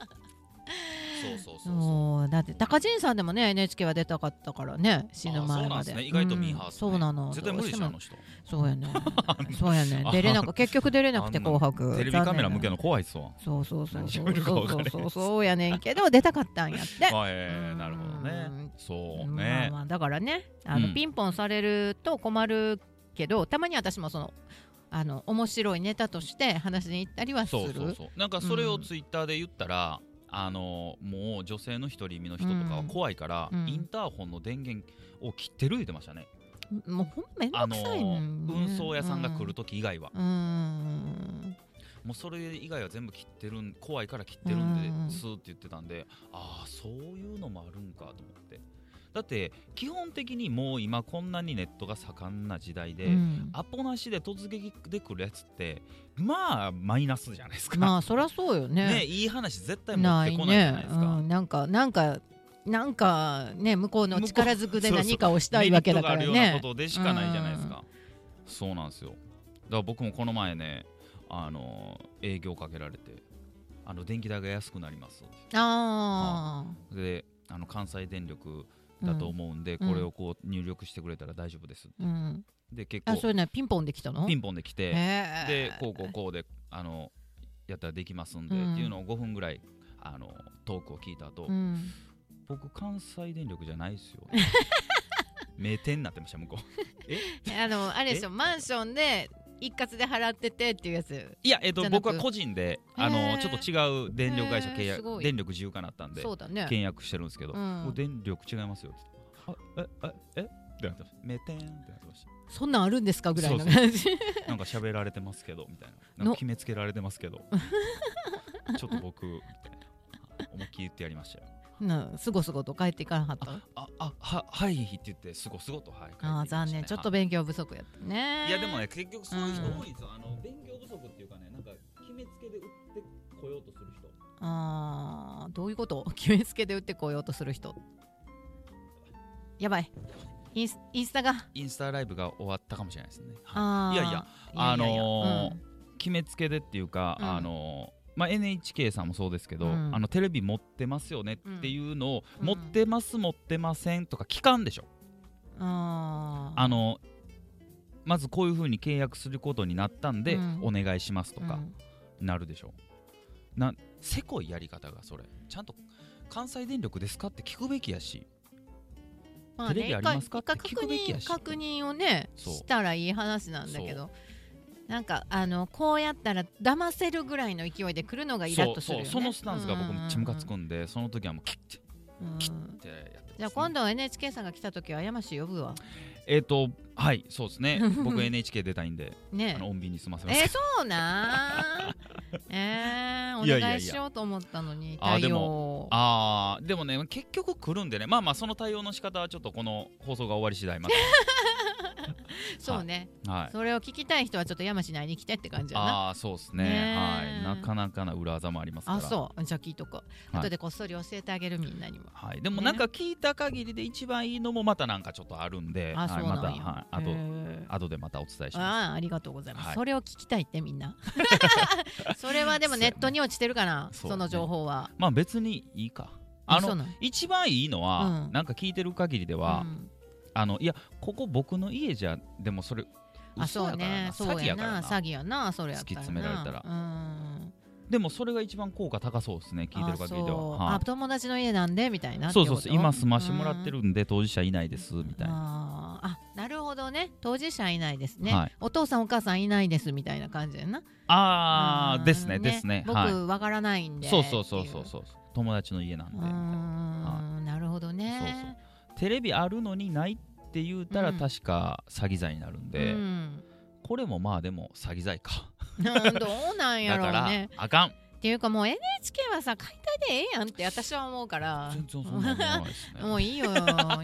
Speaker 2: そうそうそうそう
Speaker 1: そうだって高陣さんでもね NHK は出たかったからね死ぬ
Speaker 2: あそう
Speaker 1: 前
Speaker 2: なん
Speaker 1: ま
Speaker 2: で
Speaker 1: です
Speaker 2: ね意外とミーハーっすね
Speaker 1: うんそうなの
Speaker 2: 絶対無理でしょ
Speaker 1: ど
Speaker 2: あ
Speaker 1: う
Speaker 2: の人
Speaker 1: してもそうやね
Speaker 2: [LAUGHS]
Speaker 1: そうやね出れなく結局出れなくて
Speaker 2: あんな
Speaker 1: 紅白
Speaker 2: テレビカメラ
Speaker 1: 残念な
Speaker 2: 向けの怖いっすわ
Speaker 1: そうそうそう
Speaker 2: 何
Speaker 1: そ
Speaker 2: 喋
Speaker 1: う
Speaker 2: るか
Speaker 1: そ
Speaker 2: 分
Speaker 1: うそ
Speaker 2: かれへ
Speaker 1: うんそうそうやねんけど出たかったんや
Speaker 2: [LAUGHS]
Speaker 1: って
Speaker 2: はい、え
Speaker 1: う
Speaker 2: ー、
Speaker 1: ん
Speaker 2: なるほどねそう
Speaker 1: まあ
Speaker 2: ね、
Speaker 1: まあだからねあの、
Speaker 2: うん
Speaker 1: ピンポンされると困るけどたまに私もそのあの面白いネタとして話に行ったりはする
Speaker 2: そうそうそうなんかそれをツイッターで言ったら、あのもう女性の独り身の人とかは怖いから、
Speaker 1: うんうん
Speaker 2: インターホンの電源を切ってる言ってましたね、
Speaker 1: もうほんめん
Speaker 2: あ
Speaker 1: どく
Speaker 2: の
Speaker 1: さいねんね、
Speaker 2: 運送屋さんが来る時以外は、
Speaker 1: うんうん
Speaker 2: もうそれ以外は全部切ってるん怖いから切ってるんで、
Speaker 1: うん
Speaker 2: スーって言ってたんでああそういうのもあるんかと思ってだって基本的にもう今こんなにネットが盛んな時代で、
Speaker 1: うん
Speaker 2: アポなしで突撃で来るやつってまあマイナスじゃないですか、
Speaker 1: まあそりゃそうよね
Speaker 2: ねいい話絶対持ってこないじゃないですか、
Speaker 1: うん、なんかなんかなんかね向こうの力ずくで
Speaker 2: 向こうそうそう
Speaker 1: 何かをしたいわけだから
Speaker 2: メリットがあるような
Speaker 1: ね
Speaker 2: ことでしかないじゃないですか、そうなんですよだから僕もこの前ねあの営業かけられてあの電気代が安くなります
Speaker 1: あ
Speaker 2: であの関西電力だと思うんで、
Speaker 1: うん
Speaker 2: これをこう入力してくれたら大丈夫です、
Speaker 1: あ、うん、
Speaker 2: で結
Speaker 1: あそうい
Speaker 2: 構
Speaker 1: うのはピンポンできたの
Speaker 2: ピ
Speaker 1: ン
Speaker 2: ンポンで来て
Speaker 1: へ
Speaker 2: でこうこうこうであのやったらできますんで、
Speaker 1: うん
Speaker 2: っていうのを5分ぐらいあのトークを聞いた後、
Speaker 1: うん、
Speaker 2: 僕関西電力じゃないですよ [LAUGHS] 名店になってました向こう
Speaker 1: あのあれでしょマンションで一括で払っててっていうやつ
Speaker 2: いや、えっ
Speaker 1: じ
Speaker 2: と、
Speaker 1: ゃなく
Speaker 2: 僕は個人で、
Speaker 1: へー
Speaker 2: あの、ちょっと違う電力会社契
Speaker 1: へーすご
Speaker 2: 約、
Speaker 1: い
Speaker 2: 電力自由化なったんで、
Speaker 1: そうだね
Speaker 2: 契約してるんですけど、
Speaker 1: うん
Speaker 2: もう電力違いますよ。あえ、え、えってなってました。メテンってなってまし
Speaker 1: そんなんあるんですかぐらいの
Speaker 2: そうそ
Speaker 1: 感じ
Speaker 2: た。なんか喋られてますけど、みたいな。なん
Speaker 1: の
Speaker 2: か決めつけられてますけど、ちょっと僕、みたいな。思いっきり言ってやりましたよ。
Speaker 1: [LAUGHS] なすごすごと帰っていかなかった
Speaker 2: あ、あ、は、はいって言って、すごすごと、はい。帰ってき
Speaker 1: あ
Speaker 2: ま
Speaker 1: あ
Speaker 2: したね
Speaker 1: 残念ちょっ
Speaker 2: は
Speaker 1: と
Speaker 2: い
Speaker 1: 勉強不足やったね
Speaker 2: いやでもね結局そういう人多いんですよ、あの勉強不足っていうかねなんか決めつけで売ってこようとする人
Speaker 1: あーどういうこと [LAUGHS] 決めつけで打ってこようとする人やばいインスインスタが
Speaker 2: インスタライブが終わったかもしれないですね。はい
Speaker 1: あー
Speaker 2: いやいやあのー決めつけでっていうか、
Speaker 1: うん
Speaker 2: あのーまあ、NHK さんもそうですけど、
Speaker 1: うん
Speaker 2: あのテレビ持ってますよねっていうのを、
Speaker 1: うん
Speaker 2: 持ってます持ってませんとか聞かんでしょ。
Speaker 1: うんあ
Speaker 2: あのまずこういうふうに契約することになったんで、
Speaker 1: うん
Speaker 2: お願いしますと
Speaker 1: う
Speaker 2: か
Speaker 1: ん
Speaker 2: なるでしょう。なせこいやり方がそれちゃんと関西電力ですかって聞くべきやし
Speaker 1: まあね
Speaker 2: テレビありますか
Speaker 1: 一回
Speaker 2: って
Speaker 1: 一
Speaker 2: 聞くべきや
Speaker 1: 回
Speaker 2: し
Speaker 1: 確認確認をね
Speaker 2: そう
Speaker 1: したらいい話なんだけどなんかあのこうやったら騙せるぐらいの勢いで来るのがイラッとするよ、ね、
Speaker 2: そうそうそのスタンスが僕めっちゃムカつ
Speaker 1: ん
Speaker 2: くんで、その時はもうキッて
Speaker 1: うん
Speaker 2: ってやってますね
Speaker 1: じゃあ今度は NHK さんが来た時は山氏呼ぶわ
Speaker 2: えっ、とはいそうです [LAUGHS] ね僕 NHK 出たいんで
Speaker 1: ね
Speaker 2: あの穏便に済ませます
Speaker 1: えー、そうなん [LAUGHS] えー、お
Speaker 2: いやいやいや
Speaker 1: 願いしようと思ったのに
Speaker 2: あー
Speaker 1: 対
Speaker 2: で
Speaker 1: 応
Speaker 2: あーでもね結局来るんでねまあまあその対応の仕方はちょっとこの放送が終わり次第ま
Speaker 1: そうね、
Speaker 2: [LAUGHS] たはい
Speaker 1: それを聞きたい人はちょっと山市内に来てって感じやな
Speaker 2: ああーそうですね
Speaker 1: ね
Speaker 2: は
Speaker 1: え
Speaker 2: いなかなかな裏技もありますから
Speaker 1: あそうじゃあ聞いとこう、
Speaker 2: はい
Speaker 1: 後でこっそり教えてあげるみんなにも
Speaker 2: はい、でも
Speaker 1: ね
Speaker 2: なんか聞いた限りで一番いいのもまたなんかちょっとあるんで、
Speaker 1: あ
Speaker 2: は
Speaker 1: そ
Speaker 2: いうま
Speaker 1: な
Speaker 2: た、
Speaker 1: んや、
Speaker 2: はい、あと
Speaker 1: へー
Speaker 2: 後でまたお伝えします
Speaker 1: あーありがとうございます、
Speaker 2: はい
Speaker 1: それを聞きたいってみん
Speaker 2: [LAUGHS]
Speaker 1: なそれはでもネットに落ちてるかな
Speaker 2: そ
Speaker 1: そ,、
Speaker 2: うやね
Speaker 1: の情報は
Speaker 2: まあ別にいいか
Speaker 1: あ
Speaker 2: あ
Speaker 1: そうな
Speaker 2: の
Speaker 1: の
Speaker 2: 一番いいのは、
Speaker 1: うん
Speaker 2: なんか聞いてる限りでは、
Speaker 1: うん
Speaker 2: あのいやここ僕の家じゃでもそれ
Speaker 1: あそ
Speaker 2: 嘘や
Speaker 1: う
Speaker 2: からな、
Speaker 1: ねそ
Speaker 2: 詐
Speaker 1: う
Speaker 2: 欺や
Speaker 1: や
Speaker 2: から
Speaker 1: な
Speaker 2: な
Speaker 1: 詐欺やなそれやったらな
Speaker 2: 突き詰められたら
Speaker 1: うん
Speaker 2: でもそれが一番効果高そうですね聞いてる限りでは
Speaker 1: あそう
Speaker 2: は
Speaker 1: あ友達の家なんでみたいないって
Speaker 2: そ
Speaker 1: こと
Speaker 2: うそうそう今済ましてもらってるんで当事者いないですみ
Speaker 1: う
Speaker 2: た
Speaker 1: ん
Speaker 2: いな
Speaker 1: あーあなるほどね当事者いないですね、
Speaker 2: はい
Speaker 1: お父さんお母さんいないですみたいな感じでな
Speaker 2: あ
Speaker 1: う
Speaker 2: ー
Speaker 1: ん
Speaker 2: ですねですね
Speaker 1: 僕
Speaker 2: は
Speaker 1: わからないん
Speaker 2: い
Speaker 1: で
Speaker 2: そうそうそうそう
Speaker 1: う
Speaker 2: そう友達の家なんで
Speaker 1: うーんなるほどね
Speaker 2: テレビあるのにないって言うたら
Speaker 1: うん
Speaker 2: 確か詐欺罪になるんで、
Speaker 1: うん
Speaker 2: これもまあでも詐欺罪か
Speaker 1: [LAUGHS] どうなんや
Speaker 2: だ
Speaker 1: ろ
Speaker 2: か
Speaker 1: う
Speaker 2: ら
Speaker 1: ね
Speaker 2: あかん
Speaker 1: っていうかもう NHK はさ解体でええやんって私は思うから
Speaker 2: 全然そんなことないです
Speaker 1: [LAUGHS]
Speaker 2: ね
Speaker 1: もういいよ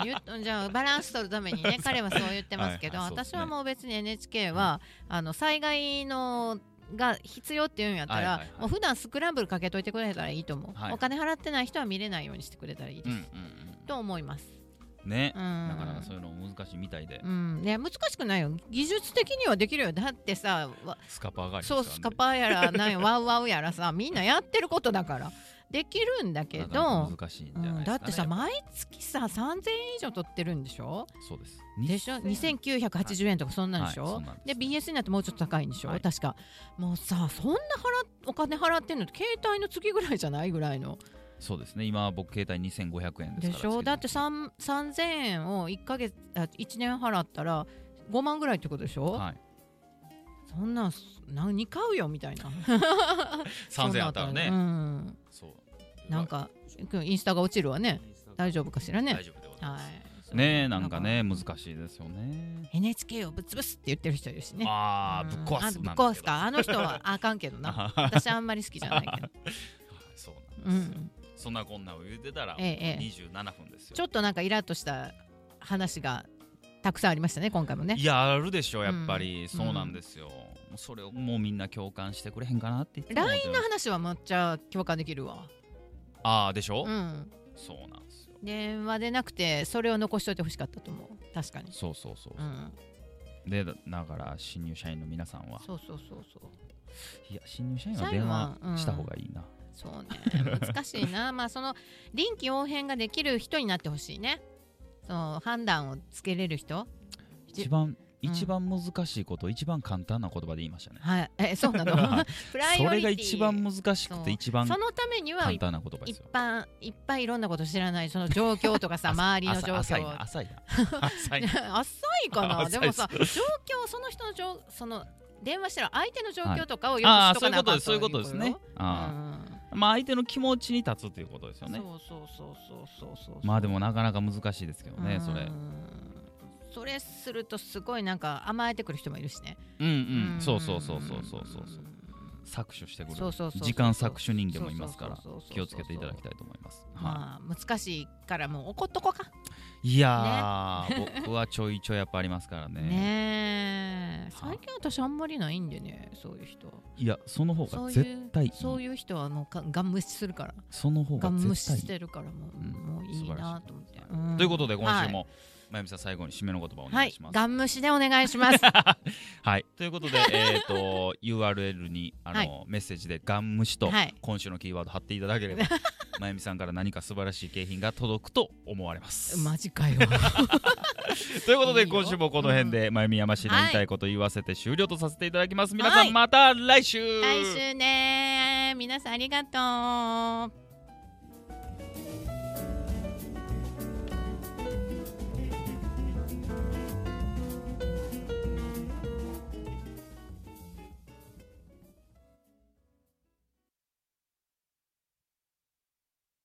Speaker 1: 言っじゃあバランス取るために
Speaker 2: [LAUGHS]
Speaker 1: ね彼はそう言ってますけど、
Speaker 2: はいはいそうです
Speaker 1: 私
Speaker 2: ね
Speaker 1: はもう別に NHK は、あの災害のが必要っていうんやったら、
Speaker 2: はいはいはい
Speaker 1: もう普段スクランブルかけといてくれたらいいと思う、
Speaker 2: はい
Speaker 1: お金払ってない人は見れないようにしてくれたらいいで
Speaker 2: うん
Speaker 1: す、
Speaker 2: うん
Speaker 1: と思います、
Speaker 2: うんね
Speaker 1: う、ん、
Speaker 2: なかなかそういうのも難しいみたいで、
Speaker 1: うん、いや難しくないよ技術的にはできるよだってさわ
Speaker 2: スカパーがあります
Speaker 1: そ
Speaker 2: から
Speaker 1: う
Speaker 2: ね
Speaker 1: スカパーやらなんやワウワウやらさ [LAUGHS] みんなやってることだからできるんだけ
Speaker 2: なかな
Speaker 1: ど
Speaker 2: か難しいんじゃ
Speaker 1: う
Speaker 2: ないですか、ね
Speaker 1: ん、だってさ毎月さ3000円以上取ってるんでしょ
Speaker 2: そうです
Speaker 1: でしょ2980円とかそんなんでしょ、
Speaker 2: はいそうなん
Speaker 1: で
Speaker 2: です
Speaker 1: BS になってもうちょっと高いんでしょ、
Speaker 2: はい
Speaker 1: 確かもうさそんな払っお金払ってんのって携帯の月ぐらいじゃないぐらいの
Speaker 2: そうですね今僕携帯2500円ですから
Speaker 1: でしょ
Speaker 2: 月々
Speaker 1: だって3 3000円を1か月あ1年払ったら5万ぐらいってことでしょ、
Speaker 2: はい、
Speaker 1: そんなん何買うよみたいな
Speaker 2: 3000円あったらね
Speaker 1: そんなんあったら
Speaker 2: そう
Speaker 1: うん、なんかインスタが落ちるわね大丈夫かしらね
Speaker 2: 大丈夫でござい
Speaker 1: は
Speaker 2: ます、
Speaker 1: い
Speaker 2: ねえなんかね難しいですよね
Speaker 1: NHK をぶっ潰すって言ってる人いるしね
Speaker 2: ああ
Speaker 1: うん
Speaker 2: ぶっ壊す
Speaker 1: あぶ
Speaker 2: な
Speaker 1: っ
Speaker 2: んで
Speaker 1: 壊
Speaker 2: す
Speaker 1: す
Speaker 2: けど
Speaker 1: かあの人はあかんけどな私あんまり好きじゃないけど、
Speaker 2: [LAUGHS] そう
Speaker 1: う
Speaker 2: なんですよ、
Speaker 1: ん、
Speaker 2: そんなこんなを言ってたら、
Speaker 1: ええええ
Speaker 2: 27分ですよ
Speaker 1: ちょっとなんかイラッとした話がたくさんありましたね今回もね
Speaker 2: いやあるでしょやっぱり、
Speaker 1: うん
Speaker 2: そうなんですよ、もうそれをもうみんな共感してくれへんかなって言って
Speaker 1: LINE の話はめっちゃ共感できるわ、
Speaker 2: ああでしょ、
Speaker 1: うん、
Speaker 2: そうなんですよ
Speaker 1: 電話でなくてそれを残しといてほしかったと思う確かに、
Speaker 2: そうそうそう
Speaker 1: う、ん、
Speaker 2: でだだから新入社員の皆さんは
Speaker 1: そうそうそうそう
Speaker 2: いや新入社員は
Speaker 1: 社員
Speaker 2: 電
Speaker 1: は
Speaker 2: 話
Speaker 1: うん
Speaker 2: した方がいいな、
Speaker 1: そうね難しいな [LAUGHS] まあその臨機応変ができる人になってほしいねその判断をつけれる人じ
Speaker 2: 一番一番難しいこと、一番簡単な言葉で言いましたね
Speaker 1: はいえそうな
Speaker 2: は
Speaker 1: の
Speaker 2: い
Speaker 1: プライオリティ
Speaker 2: [LAUGHS] それが一番難しく
Speaker 1: そう
Speaker 2: て一番
Speaker 1: そのためには
Speaker 2: 簡単な言葉で
Speaker 1: 一
Speaker 2: すよ
Speaker 1: 般いっぱいいろんなこと知らないその状況とかさ周りの状
Speaker 2: [LAUGHS] 朝浅い
Speaker 1: 況
Speaker 2: な浅いな
Speaker 1: [LAUGHS]
Speaker 2: 浅いな
Speaker 1: 浅いか
Speaker 2: [LAUGHS]
Speaker 1: な
Speaker 2: 浅
Speaker 1: で
Speaker 2: いっ
Speaker 1: も
Speaker 2: す
Speaker 1: さ状況その人の状その電話したら相手の状況とかをよ
Speaker 2: ああ
Speaker 1: くし
Speaker 2: そ
Speaker 1: と
Speaker 2: う
Speaker 1: か
Speaker 2: いう
Speaker 1: なあか
Speaker 2: こと
Speaker 1: ん
Speaker 2: ですそういうことですねああまあ相手の気持ちに立つということです
Speaker 1: う
Speaker 2: よ
Speaker 1: ん
Speaker 2: ね
Speaker 1: そうそうそうそうそうそう
Speaker 2: まあでもなかなか難しいですけどねそれ
Speaker 1: うんそれするとすごいなんか甘えてくる人もいるしね
Speaker 2: うんうん
Speaker 1: ん
Speaker 2: そうそうそうそうそうそうそう搾取して
Speaker 1: そう
Speaker 2: くる
Speaker 1: そうそうそう
Speaker 2: 時間搾取人間もいますから
Speaker 1: そうそうそうそう
Speaker 2: 気をつけていただきたいと思いますは
Speaker 1: まあ難しいからもう怒っとこうか
Speaker 2: いいやー僕はちょいちょいやっぱありますからね
Speaker 1: ねえ
Speaker 2: はい
Speaker 1: 最近私あんまりないんでねそういう人
Speaker 2: いやその方
Speaker 1: そ
Speaker 2: が
Speaker 1: う
Speaker 2: 絶
Speaker 1: いう
Speaker 2: 対いい
Speaker 1: そういう人はもうがガン無視するから
Speaker 2: その方
Speaker 1: ガ
Speaker 2: が
Speaker 1: ン無視
Speaker 2: 絶
Speaker 1: し
Speaker 2: 対い
Speaker 1: て
Speaker 2: い
Speaker 1: るからもう,、
Speaker 2: うん
Speaker 1: もういいなと思って、ん
Speaker 2: ということで今週もまゆみさん最後に締めの言葉をお
Speaker 1: は
Speaker 2: 願い
Speaker 1: い
Speaker 2: し、ます
Speaker 1: ガン無視でお願いします
Speaker 2: [LAUGHS] はい、ということで、えっと URL にあの、
Speaker 1: はい
Speaker 2: メッセージでガン虫と
Speaker 1: はい
Speaker 2: 今週のキーワード貼っていただけ
Speaker 1: [LAUGHS]
Speaker 2: れば、まゆみさんから何か素晴らしい景品が届くと思われます。
Speaker 1: マジかよ
Speaker 2: [LAUGHS] ということで
Speaker 1: いいよ
Speaker 2: 今週もこの辺で、まゆみやましの
Speaker 1: はい
Speaker 2: 言いたいこと言わせて終了とさせていただきます。皆さん、
Speaker 1: はい
Speaker 2: また来週
Speaker 1: 来週ね皆さんありがとう